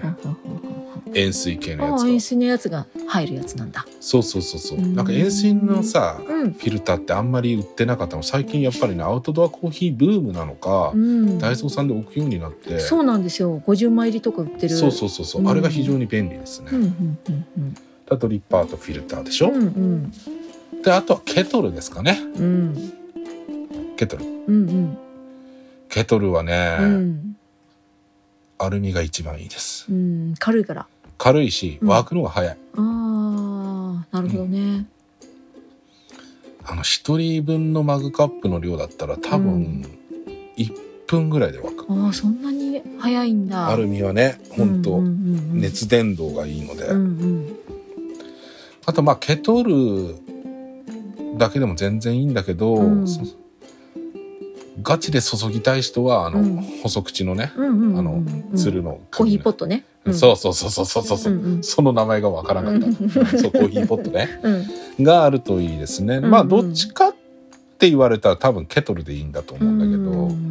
Speaker 1: で、塩水系の
Speaker 2: あ
Speaker 1: や
Speaker 2: あー
Speaker 1: つ
Speaker 2: 塩
Speaker 1: が。
Speaker 2: 水のやつが入るやつなんだ
Speaker 1: そうそうそうそう。
Speaker 2: うん
Speaker 1: なんか塩水のさ
Speaker 2: うん
Speaker 1: フィルターってあんまり売ってなかったの。最近やっぱりねアウトドアコーヒーブームなのか
Speaker 2: う、ん
Speaker 1: ダイソーさんで置くようになって。
Speaker 2: そうなんですよ50枚入りとか売ってる
Speaker 1: そうそうそうそう、
Speaker 2: うん
Speaker 1: あれが非常に便利ですね、
Speaker 2: うんうんうんうん
Speaker 1: あとリッパーとフィルターでしょ、
Speaker 2: うん
Speaker 1: であとはケトルですかね
Speaker 2: うんうん
Speaker 1: ケトル
Speaker 2: うんうん
Speaker 1: ケトルはね、
Speaker 2: うん
Speaker 1: アルミが一番いいです
Speaker 2: うん軽いから
Speaker 1: 軽いし
Speaker 2: うん
Speaker 1: 沸くのが早い、
Speaker 2: ああなるほどね
Speaker 1: あの一人分のマグカップの量だったら多
Speaker 2: う
Speaker 1: 分
Speaker 2: ん
Speaker 1: 1分ぐらいで沸く、
Speaker 2: ああそんなに早いんだ
Speaker 1: アルミはねほん
Speaker 2: う
Speaker 1: と
Speaker 2: んうんうんうん
Speaker 1: 熱伝導がいいので、
Speaker 2: うんうん
Speaker 1: あとまあケトルだけでも全然いいんだけど、
Speaker 2: うん
Speaker 1: そガチで注ぎたい人はあの、
Speaker 2: うん
Speaker 1: 細口のね
Speaker 2: うんうんうん
Speaker 1: あのつるの
Speaker 2: コーヒーポッ
Speaker 1: ト
Speaker 2: トね
Speaker 1: そうそうそうそうそうそう、
Speaker 2: うんうん
Speaker 1: その名前がわからなかった、
Speaker 2: うん
Speaker 1: そうコーヒーポットね
Speaker 2: うん
Speaker 1: があるといいですね、
Speaker 2: うん
Speaker 1: まあどっちかって言われたら多分ケトルでいいんだと思うんだけど、
Speaker 2: うん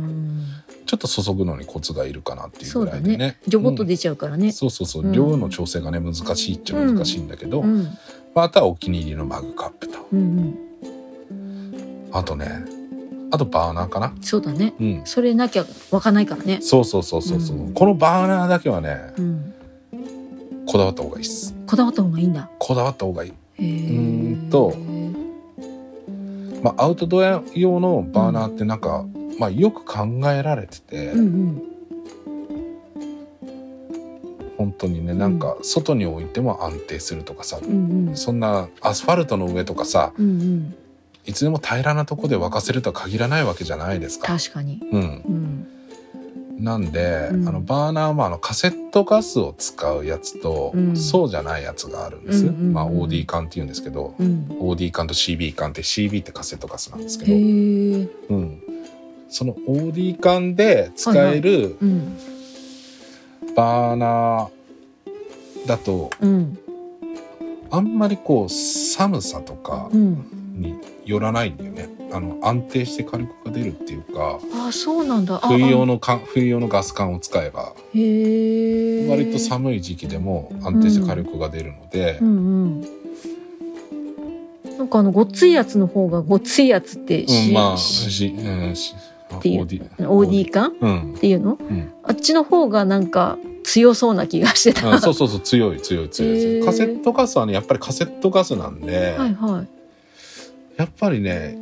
Speaker 1: ちょっと注ぐのにコツがいるかなっていうぐらいでね
Speaker 2: ジョボッと出ちゃうから
Speaker 1: うん
Speaker 2: ね
Speaker 1: そうそうそう、
Speaker 2: うん
Speaker 1: 量の調整がね難しいっちゃ難しいんだけど、
Speaker 2: うん
Speaker 1: まあ、あとはお気に入りのマグカップと
Speaker 2: うんうん
Speaker 1: あとねあとバーナーかな
Speaker 2: そうだね
Speaker 1: うん
Speaker 2: それなきゃ湧かないからね
Speaker 1: そうそうそうそうそう、
Speaker 2: うん
Speaker 1: このバーナーだけはね
Speaker 2: うん
Speaker 1: こだわった方がいいっす
Speaker 2: こだわった方がいいんだ
Speaker 1: こだわった方がいい
Speaker 2: へー
Speaker 1: ーんとまあ、アウトドア用のバーナーってなんか、まあ、よく考えられてて、
Speaker 2: うんうん
Speaker 1: 本当にねなんか外に置いても安定するとかさ、
Speaker 2: うんうん
Speaker 1: そんなアスファルトの上とかさ
Speaker 2: うんうん
Speaker 1: いつでも平らなとこで沸かせるとは限らないわけじゃないですか。
Speaker 2: 確かに
Speaker 1: うん、
Speaker 2: うん
Speaker 1: なんで、
Speaker 2: うん
Speaker 1: あのバーナーもあのカセットガスを使うやつと、
Speaker 2: うん
Speaker 1: そうじゃないやつがあるんです、
Speaker 2: うんうんうん
Speaker 1: まあ、OD 缶っていうんですけど
Speaker 2: うん
Speaker 1: OD 缶と CB 缶って CB ってカセットガスなんですけ
Speaker 2: へ
Speaker 1: ど、
Speaker 2: え
Speaker 1: うん、その OD 缶で使える、
Speaker 2: うん
Speaker 1: バーナーだと
Speaker 2: うん
Speaker 1: あんまりこう寒さとか
Speaker 2: うん
Speaker 1: によらないんだよねあの安定して火力が出るっていうか
Speaker 2: あそうなんだあ
Speaker 1: 冬用
Speaker 2: の
Speaker 1: の缶冬用のガス缶を使えば
Speaker 2: へえ
Speaker 1: 割と寒い時期でも安定して火力が出るので
Speaker 2: う、んうんなんかあのごっついやつの方がごっついやつって
Speaker 1: うん
Speaker 2: し、
Speaker 1: まあ
Speaker 2: し
Speaker 1: し、うん、しあ
Speaker 2: ていう
Speaker 1: OD,
Speaker 2: OD 感っ
Speaker 1: うん、
Speaker 2: ていうの、
Speaker 1: ん
Speaker 2: あっちの方がなんか強そうな気がしてた、
Speaker 1: あそうそうそう強い強い強いです、
Speaker 2: へー
Speaker 1: カセットガスはねやっぱりカセットガスなんで、
Speaker 2: はいはい
Speaker 1: やっぱりね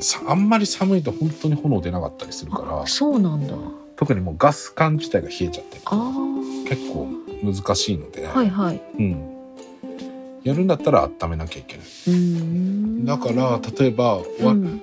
Speaker 1: さあんまり寒いと本当に炎出なかったりするから
Speaker 2: あそうなんだ
Speaker 1: 特にもうガス管自体が冷えちゃってる
Speaker 2: あー
Speaker 1: 結構難しいので、
Speaker 2: はいはい
Speaker 1: うん、やるんだったら温めなきゃいけない
Speaker 2: うん
Speaker 1: だから例えば、わ
Speaker 2: うん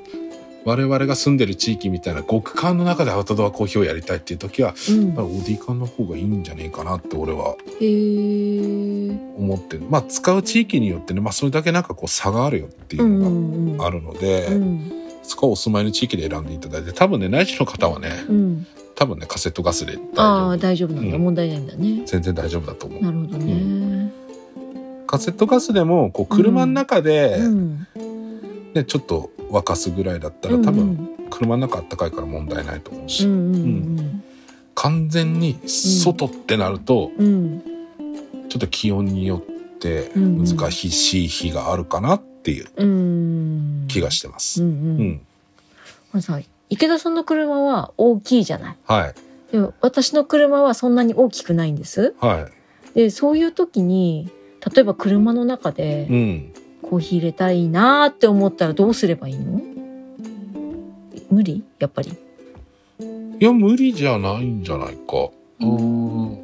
Speaker 1: 我々が住んでる地域みたいな極寒の中でアウトドアコーヒーをやりたいっていう時は
Speaker 2: うん
Speaker 1: やっぱりオーディ缶の方がいいんじゃねえかなって俺は
Speaker 2: へえ。
Speaker 1: 思ってるまあ使う地域によってね、まあ、それだけなんかこう差があるよってい
Speaker 2: うんう
Speaker 1: うの
Speaker 2: んうん。
Speaker 1: があるので、
Speaker 2: うん
Speaker 1: そこはお住まいの地域で選んでいただいて多分ね内地の方はね
Speaker 2: うん。
Speaker 1: 多分ねカセットガスで
Speaker 2: あ
Speaker 1: 大
Speaker 2: あ
Speaker 1: 丈夫
Speaker 2: 大丈夫なんだ、
Speaker 1: うん
Speaker 2: 問題ないんだね。
Speaker 1: 全然大丈夫だと思う
Speaker 2: なるほどね。
Speaker 1: う
Speaker 2: う
Speaker 1: カセットガスでもこう車の中で、
Speaker 2: ん。
Speaker 1: ね、ちょっと沸かすぐらいだった
Speaker 2: う
Speaker 1: ら
Speaker 2: ん
Speaker 1: 多分。車の中あったかいから問題ないと思う
Speaker 2: う
Speaker 1: し、
Speaker 2: んうん
Speaker 1: 完全に外ってなると
Speaker 2: うん。うん。
Speaker 1: ちょっと気温によって
Speaker 2: うん
Speaker 1: 難しい日があるかなっていう
Speaker 2: うん。
Speaker 1: 気がしてま
Speaker 2: う
Speaker 1: す。
Speaker 2: ん
Speaker 1: う、
Speaker 2: うんん。これさ池田さんの車は大きいじゃない。
Speaker 1: はい
Speaker 2: でも私の車はそんなに大きくないんです。
Speaker 1: は
Speaker 2: でそういう時に例えば車の中で
Speaker 1: い、うん、
Speaker 2: コーヒー入れたいなーって思ったらどうすればいいの？無理やっぱり。
Speaker 1: いや無理じゃないんじゃないか。うーん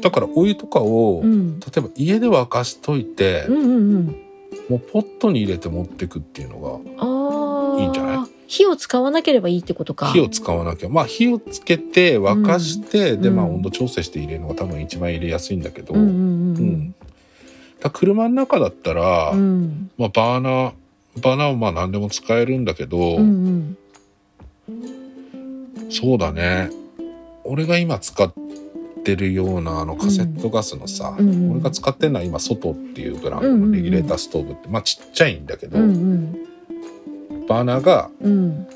Speaker 1: だからお湯とかを、
Speaker 2: うん。
Speaker 1: 例えば家で沸かしといて、
Speaker 2: うんうんうん。
Speaker 1: もうポットに入れて持ってくっていうのが
Speaker 2: ああ。
Speaker 1: いいんじゃない
Speaker 2: 火を使わなければいいってことか。
Speaker 1: 火を使わなきゃまあ火をつけて沸かして、
Speaker 2: ん
Speaker 1: でまあ
Speaker 2: うん
Speaker 1: 温度調整して入れるのが多分一番入れやすいんだけど、
Speaker 2: うんうんう
Speaker 1: うんんだ車の中だったら、
Speaker 2: うん。うん。
Speaker 1: まあ、バーナーバーナーはまあ何でも使えるんだけど、
Speaker 2: うん
Speaker 1: そうだね俺が今使っってるようなあのカセットガスのさ、
Speaker 2: うんうん
Speaker 1: 俺が使ってるのは今外っていうブランド
Speaker 2: うんうんう
Speaker 1: の
Speaker 2: ん
Speaker 1: レギュレーターストーブって、まあちっちゃいんだけど、
Speaker 2: うん
Speaker 1: バーナーが
Speaker 2: うんうん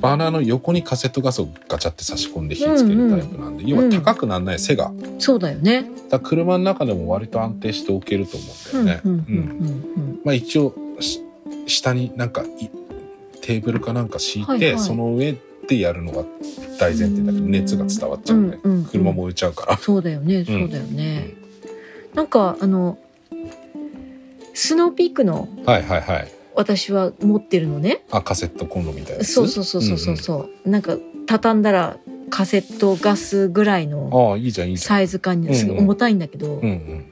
Speaker 1: バーナーの横にカセットガスをガチャって差し込んで火つけるタイプなんで、要は高くなんない背が
Speaker 2: そうだよね。
Speaker 1: だから車の中でも割と安定して置けると思うんだよね。
Speaker 2: うんうん
Speaker 1: うん
Speaker 2: うん
Speaker 1: まあ、一応し下になんかいテーブルかなんか敷いて、
Speaker 2: はいはい
Speaker 1: その上でやるのが大前提だけど
Speaker 2: うん
Speaker 1: 熱が伝わっち
Speaker 2: う
Speaker 1: ゃうんね、
Speaker 2: うんうん。
Speaker 1: 車燃えちゃうから。
Speaker 2: そうだよね、そうだよね。なんかあのスノーピークの
Speaker 1: はいはいはい。
Speaker 2: 私は持ってるのね。
Speaker 1: あカセットコンロみたいなやつ
Speaker 2: そうそうそうそうそうそう。なんか畳んだらカセットガスぐらいの
Speaker 1: ああいいじゃんいいじゃん。
Speaker 2: サイズ感にすご
Speaker 1: う
Speaker 2: い
Speaker 1: んうん
Speaker 2: 重たいんだけど
Speaker 1: う、んうん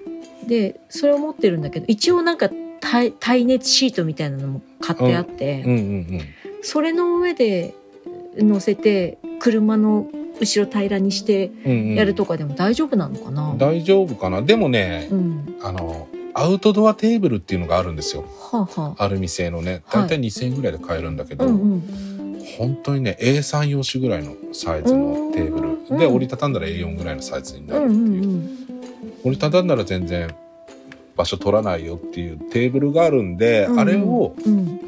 Speaker 2: でそれを持ってるんだけど、一応なんか耐耐熱シートみたいなのも買ってあって
Speaker 1: うんう、ん
Speaker 2: それの上で乗せて車の後ろ平らにして
Speaker 1: うんうんうん。
Speaker 2: やるとかでも大丈夫なのかな。
Speaker 1: 大丈夫かなでもね、
Speaker 2: うん、
Speaker 1: あのアウトドアテーブルっていうのがあるんですよ
Speaker 2: はあ、はあ。
Speaker 1: アルミ製のね
Speaker 2: はい
Speaker 1: 大体2,000円ぐらいで買えるんだけど、
Speaker 2: うんうん。
Speaker 1: 本当にね A3 用紙ぐらいのサイズのテーブルで
Speaker 2: うん
Speaker 1: 折りたたんだら A4 ぐらいのサイズにな
Speaker 2: うん
Speaker 1: るっていう,、
Speaker 2: うんうん。
Speaker 1: 折りたたんだら全然場所取らないよっていうテーブルがあるんで、
Speaker 2: うんうん
Speaker 1: あれを
Speaker 2: うん。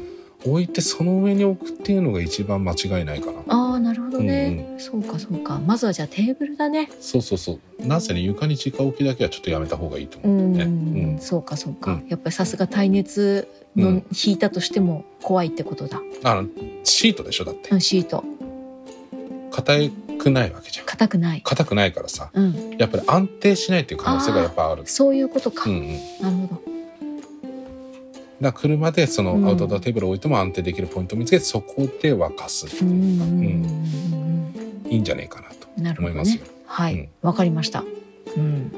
Speaker 1: 置いてその上に置くっていうのが一番間違いないかな
Speaker 2: ああ、なるほどね、
Speaker 1: う
Speaker 2: そうか、そうか。まずはじゃあテーブルだね。
Speaker 1: そうそうそうなんせね床に直置きだけはちょっとやめた方がいいと
Speaker 2: う
Speaker 1: 思うん
Speaker 2: ん、
Speaker 1: だよね、うん
Speaker 2: そうか、そうか。
Speaker 1: うん
Speaker 2: やっぱりさすが耐熱
Speaker 1: う
Speaker 2: の
Speaker 1: ん
Speaker 2: 引いたとしても怖いってことだ。
Speaker 1: あのシートでしょだって
Speaker 2: うん、シート
Speaker 1: 硬くないわけじゃん
Speaker 2: 硬くない。
Speaker 1: 硬くないからさ
Speaker 2: うん、
Speaker 1: やっぱり安定しないっていう可能性がやっぱある
Speaker 2: そういうことか。
Speaker 1: うんうん
Speaker 2: なるほど。
Speaker 1: だから車でそ
Speaker 2: うん
Speaker 1: のアウトドアテーブルを置いても安定できるポイントを見つけてそこで沸かすって
Speaker 2: うん、
Speaker 1: い
Speaker 2: う
Speaker 1: うんか、
Speaker 2: うん
Speaker 1: うん
Speaker 2: うん
Speaker 1: いいんじゃないかなと
Speaker 2: うん。なるほ
Speaker 1: 思い
Speaker 2: ど
Speaker 1: ます
Speaker 2: ね
Speaker 1: よ。。
Speaker 2: は
Speaker 1: うん
Speaker 2: い、わ、かりました。うん、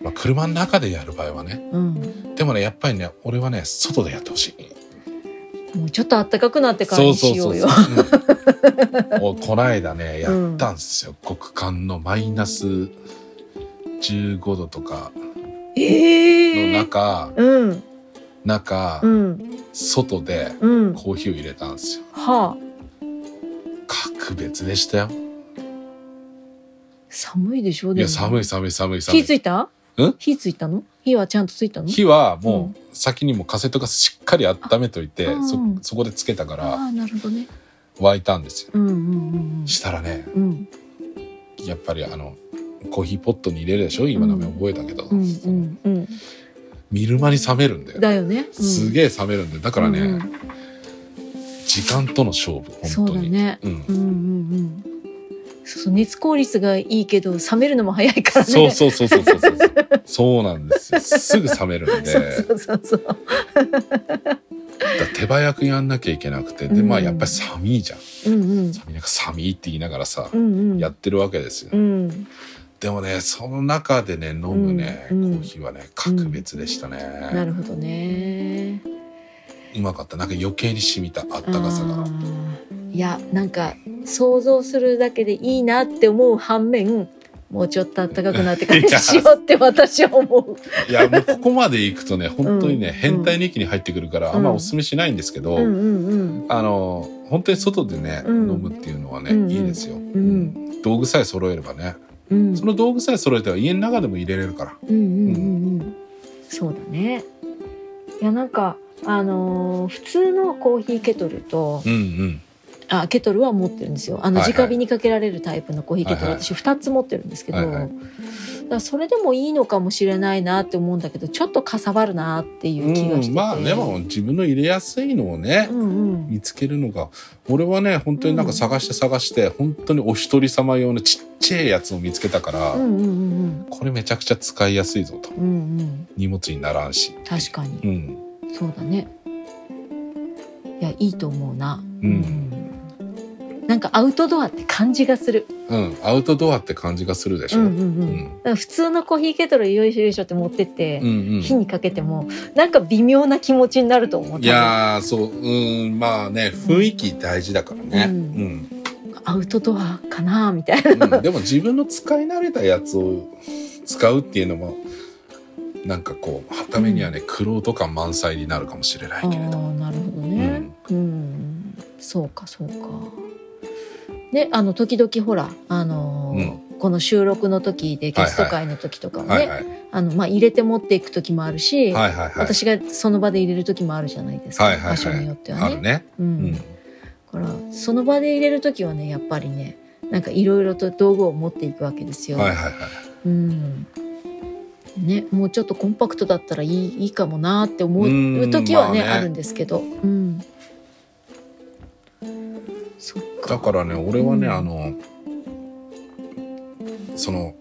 Speaker 1: まあ、車の中でやる場合はね
Speaker 2: うん。
Speaker 1: でもねやっぱりね俺はね外でやってほしい
Speaker 2: もうちょっと暖かくなってからにしようよ。
Speaker 1: うんおこないだねやったんですよ、極寒のマイナス15度とかの
Speaker 2: ええー。
Speaker 1: 中、
Speaker 2: うん、
Speaker 1: 中、
Speaker 2: うん、
Speaker 1: 外で
Speaker 2: うん。
Speaker 1: コーヒーを入れたんですよ
Speaker 2: はあ、
Speaker 1: 格別でしたよ
Speaker 2: 寒いでしょ
Speaker 1: いや
Speaker 2: い
Speaker 1: 寒い寒い寒い寒い
Speaker 2: 火ついた
Speaker 1: ん
Speaker 2: 火ついたの火はちゃんとついたの
Speaker 1: 火はもう先にもカセットガスしっかり温めといて、
Speaker 2: あ
Speaker 1: そ
Speaker 2: うん
Speaker 1: そこでつけたから
Speaker 2: ああなるほどね
Speaker 1: 沸いたんですよ
Speaker 2: うんうんうん
Speaker 1: したらね
Speaker 2: うん
Speaker 1: やっぱりあのコーヒーポットに入れるでしょ今名前覚えたけど、
Speaker 2: うんうんうん
Speaker 1: 見る間に冷めるんだ
Speaker 2: う
Speaker 1: よ
Speaker 2: んだよね
Speaker 1: す
Speaker 2: え
Speaker 1: げえ冷めるんだよだからね、
Speaker 2: うんうん
Speaker 1: 時間との勝負
Speaker 2: そ
Speaker 1: 本
Speaker 2: う
Speaker 1: 当
Speaker 2: だ
Speaker 1: に
Speaker 2: ね
Speaker 1: うん
Speaker 2: うんうんうんそうそう熱効率がいいけど冷めるのも早いからね
Speaker 1: そうそうそうそうそう そうそうなんですよすぐ冷めるんで
Speaker 2: そう そうそうそう
Speaker 1: だ手早くやんなきゃいけなくてで
Speaker 2: うん
Speaker 1: まあやっぱり寒いじゃん
Speaker 2: うんうん
Speaker 1: 寒いなんか寒いって言いながらさ、
Speaker 2: うんうん
Speaker 1: やってるわけですよ
Speaker 2: うん
Speaker 1: でもねその中でね飲むね、
Speaker 2: うんうん
Speaker 1: コーヒーはね格別でしたね、う
Speaker 2: なるほどね
Speaker 1: まかったなんか余計に染みたあったかさ
Speaker 2: あ
Speaker 1: が
Speaker 2: ーいやなんか想像するだけでいいなって思う反面もうちょっと暖かくなってからにしようって私は思う。
Speaker 1: いやもうここまで行くとね本当にね、
Speaker 2: うん
Speaker 1: 変態の域に入ってくるからあんまおすすめしないんですけど、
Speaker 2: うんうんうん
Speaker 1: あの本当に外でね、
Speaker 2: うん
Speaker 1: 飲むっていうのはね、
Speaker 2: うんうん
Speaker 1: いいですよ、うんん道具さえ揃えればね
Speaker 2: うん
Speaker 1: その道具さえ揃えては家の中でも入れれるから
Speaker 2: うんうんうんうんそうだね。いやなんかあのー普通のコーヒーケトルと
Speaker 1: うんうん
Speaker 2: あケトルは持ってるんですよあの
Speaker 1: はいはい
Speaker 2: 直火にかけられるタイプのコーヒーケトル、
Speaker 1: はいはい
Speaker 2: 私2つ持ってるんですけど、
Speaker 1: はいはい
Speaker 2: だからそれでもいいのかもしれないなって思うんだけどちょっとかさばるなっていう気がしてて、
Speaker 1: うん、まあでも自分の入れやすいのをね、
Speaker 2: うんうん
Speaker 1: 見つけるのが俺はね本当になんか探して探して、本当にお一人様用のちっちゃいやつを見つけたから、
Speaker 2: うんうんうん
Speaker 1: これめちゃくちゃ使いやすいぞと
Speaker 2: うんうんうん
Speaker 1: 荷物にならんし、
Speaker 2: 確かに
Speaker 1: うん、
Speaker 2: そうだねいやいいと思うな、
Speaker 1: ん
Speaker 2: うんなんかアウトドアって感じがする、
Speaker 1: うんアウトドアって感じがするでし
Speaker 2: う
Speaker 1: ょ、
Speaker 2: ん
Speaker 1: う
Speaker 2: うん
Speaker 1: ん
Speaker 2: うん
Speaker 1: うん
Speaker 2: だから普通のコーヒーケトルよいしょよいしょって持ってって、
Speaker 1: うん
Speaker 2: 火にかけてもなんか微妙な気持ちになると思う
Speaker 1: いやーそううんまあね雰囲気大事だからね、う
Speaker 2: うん
Speaker 1: ん
Speaker 2: 多分アウトドアかなみたいな
Speaker 1: うんでも自分の使い慣れたやつを使うっていうのもなんかこうはためにはね苦労とか満載になるかもしれない
Speaker 2: あ
Speaker 1: けれど、
Speaker 2: ーなるほどね、うんそうかそうかねあの時々ほらあのーこの収録の時でゲスト会の時とかはね、
Speaker 1: はいはい
Speaker 2: あのまあ、入れて持っていく時もあるし、
Speaker 1: はいはいはい
Speaker 2: 私がその場で入れる時もあるじゃないですか、
Speaker 1: はいはいはい
Speaker 2: 場所によっては
Speaker 1: あ
Speaker 2: ね。
Speaker 1: るね
Speaker 2: う
Speaker 1: うんん
Speaker 2: だからその場で入れる時はねやっぱりねなんかいろいろと道具を持っていくわけですよ。
Speaker 1: はいはいはい
Speaker 2: うんね、もうちょっとコンパクトだったらいいいいかもなーって思う時はね,、
Speaker 1: うーんまあ
Speaker 2: あ、
Speaker 1: ね
Speaker 2: るんですけど、うん、そっか
Speaker 1: だからね俺はね、
Speaker 2: うん
Speaker 1: あのその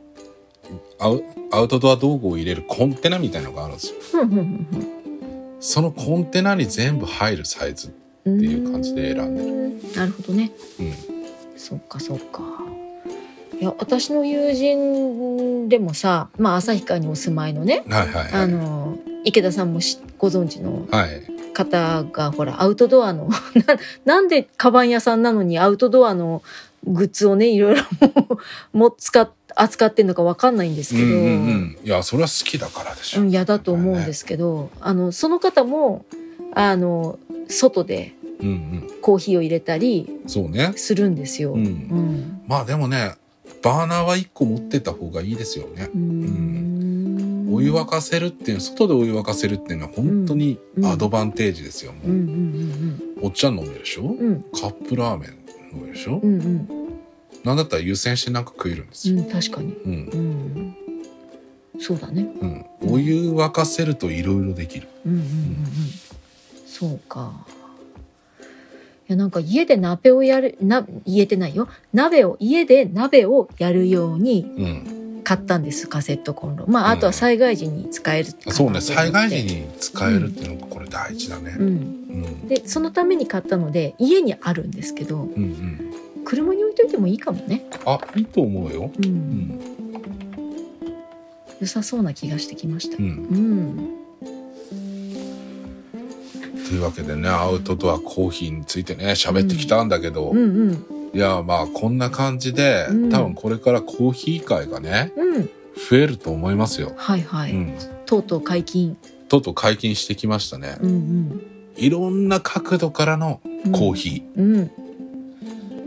Speaker 1: アウアウトドア道具を入れるコンテナみたいなのがあるんですよ
Speaker 2: ふんふんふんふん
Speaker 1: そのコンテナに全部入るサイズ
Speaker 2: って
Speaker 1: いう感じで選んで
Speaker 2: るなるほどね
Speaker 1: うん
Speaker 2: そっかそっかいや私の友人でもさ、まあ、旭川にお住まいのね、
Speaker 1: はいはいは
Speaker 2: あ
Speaker 1: い
Speaker 2: の池田さんもしご存知の
Speaker 1: はい
Speaker 2: 方がほらアウトドアの ななんでカバン屋さんなのにアウトドアのグッズをねいろいろもう もう使っ扱ってんのかわかんないんです
Speaker 1: う
Speaker 2: け
Speaker 1: んう
Speaker 2: ど、
Speaker 1: んうんいやそれは好きだからでしょ
Speaker 2: うん嫌だと思うんですけど、あのその方もあの外で
Speaker 1: うんうん
Speaker 2: コーヒーを入れたり
Speaker 1: そうね
Speaker 2: するんですよ。
Speaker 1: うん
Speaker 2: うん
Speaker 1: まあでもねバーナーは1個持ってた方がいいですよね
Speaker 2: うーん
Speaker 1: お湯沸かせるっていう外でお湯沸かせるっていうのは本当にアドバンテージですよ、
Speaker 2: うんうん
Speaker 1: もうお茶飲めるでしょ
Speaker 2: うんうんうん
Speaker 1: カップラーメン飲めるでしょ、
Speaker 2: うんうん
Speaker 1: なんだったら湯煎してなんか食えるんです
Speaker 2: う
Speaker 1: よ、
Speaker 2: ん確かに、
Speaker 1: うん
Speaker 2: うん、そうだね
Speaker 1: うんお湯沸かせるといろいろできる
Speaker 2: うんうんうんうんそうかいやなんか家で鍋をやるな言えてないよ鍋を家で鍋をやるように
Speaker 1: うん
Speaker 2: 買ったんですカセットコンロまあ
Speaker 1: う
Speaker 2: あ
Speaker 1: ん
Speaker 2: とは災害時に使えるかなと
Speaker 1: そう
Speaker 2: 思っ
Speaker 1: ね
Speaker 2: て
Speaker 1: 災害時に使えるっていうのがこれ大事だね、
Speaker 2: う
Speaker 1: うん
Speaker 2: ん
Speaker 1: うん、
Speaker 2: でそのために買ったので家にあるんですけど
Speaker 1: うん
Speaker 2: 車に置いといてもいいかもね
Speaker 1: あいいと思うよ
Speaker 2: うん、
Speaker 1: うん
Speaker 2: 良さそうな気がしてきました
Speaker 1: う、ん
Speaker 2: うん、
Speaker 1: というわけでねアウトドアコーヒーについてね喋ってきたんだけど、
Speaker 2: うんうん
Speaker 1: いやまあこんな感じで、
Speaker 2: うん
Speaker 1: 多分これからコーヒー会がね
Speaker 2: うん
Speaker 1: 増えると思いますよ。
Speaker 2: はいはい、
Speaker 1: うん、
Speaker 2: とうとう解禁、
Speaker 1: とうとう解禁してきましたね。
Speaker 2: うん
Speaker 1: いろんな角度からの
Speaker 2: うん、
Speaker 1: コーヒ
Speaker 2: ーうん
Speaker 1: ー、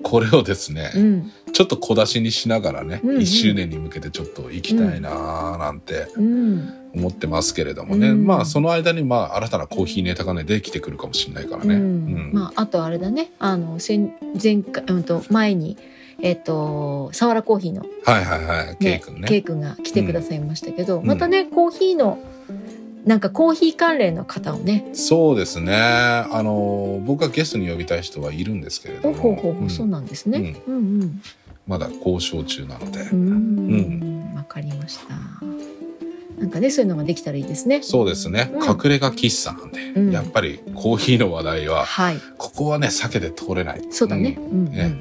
Speaker 1: これをですね、
Speaker 2: うん
Speaker 1: ちょっと小出しにしながらね、
Speaker 2: うんうん
Speaker 1: 1周年に向けてちょっと行きたいなーなんて
Speaker 2: うん
Speaker 1: 思ってますけれどもね、
Speaker 2: うん
Speaker 1: まあその間にまあ新たなコーヒーネタがねできてくるかもしれないからね。
Speaker 2: う
Speaker 1: うんん
Speaker 2: まあ、あとあれだねあの先前回、うん、と前にえっ、とサワラコーヒーの、
Speaker 1: はいはいはい、ケイ君ね。
Speaker 2: ケイ君が来てくださいましたけど、
Speaker 1: ん
Speaker 2: またねコーヒーのなんかコーヒー関連の方をね、
Speaker 1: そうですね。あの僕はゲストに呼びたい人はいるんですけれど
Speaker 2: ほ
Speaker 1: も、
Speaker 2: うほうほうほう
Speaker 1: うん
Speaker 2: そうなんですね。うんうん
Speaker 1: まだ交渉中なので。
Speaker 2: うんわ、かりました。なんかねそういうのができたらいいですね。
Speaker 1: そうですね、
Speaker 2: うん
Speaker 1: 隠れ家喫茶なんで、
Speaker 2: うん
Speaker 1: やっぱりコーヒーの話題は
Speaker 2: はい
Speaker 1: ここはね避けて通れない
Speaker 2: そうだね。
Speaker 1: ん
Speaker 2: うん、うん
Speaker 1: ね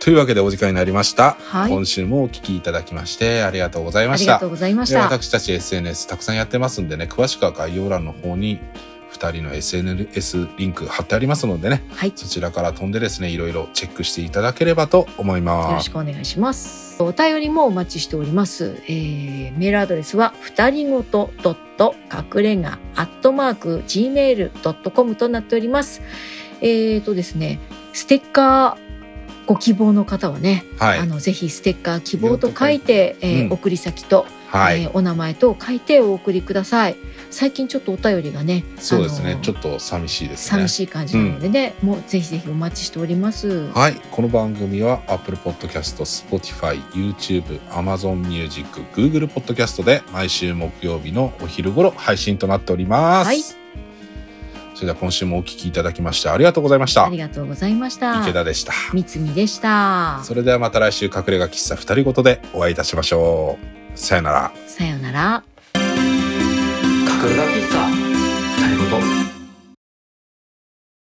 Speaker 1: というわけでお時間になりました、
Speaker 2: はい
Speaker 1: 今週もお聞きいただきましてありがとうござい
Speaker 2: あ
Speaker 1: ま
Speaker 2: り
Speaker 1: した
Speaker 2: がとうございまし
Speaker 1: で
Speaker 2: た。
Speaker 1: 私たち SNS たくさんやってますんでね詳しくは概要欄の方に2人の SNS リンク貼ってありますのでね
Speaker 2: はい
Speaker 1: そちらから飛んでですねいろいろチェックしていただければと思い
Speaker 2: よ
Speaker 1: ま
Speaker 2: ろ
Speaker 1: す
Speaker 2: しくお願いします。お便りもお待ちしております。えー、メールアドレスは、ふたりごとドット隠れがアットマーク gmail.com となっております。えーとですね、ステッカーご希望の方はね、
Speaker 1: はい
Speaker 2: あのぜひステッカー希望と書いて、えー
Speaker 1: うん
Speaker 2: 送り先と、
Speaker 1: はい、
Speaker 2: えーお名前と書いてお送りください。最近ちょっとお便りがね、
Speaker 1: そうですね、
Speaker 2: あの
Speaker 1: ちょっと寂しいですね
Speaker 2: 寂しい感じなのでね、もうぜひぜひお待ちしております。
Speaker 1: はい、この番組は Apple Podcast、Spotify、YouTube、Amazon Music、Google Podcast で毎週木曜日のお昼頃配信となっております。
Speaker 2: はい
Speaker 1: それでは今週もお聞きいただきましてありがとうございました
Speaker 2: あり。がとうございました。
Speaker 1: 池田でした。
Speaker 2: みつみでした。
Speaker 1: それではまた来週隠れ家喫茶二人ごとでお会いいたしましょう。さよなら。
Speaker 2: さようなら。
Speaker 3: 隠れ家喫茶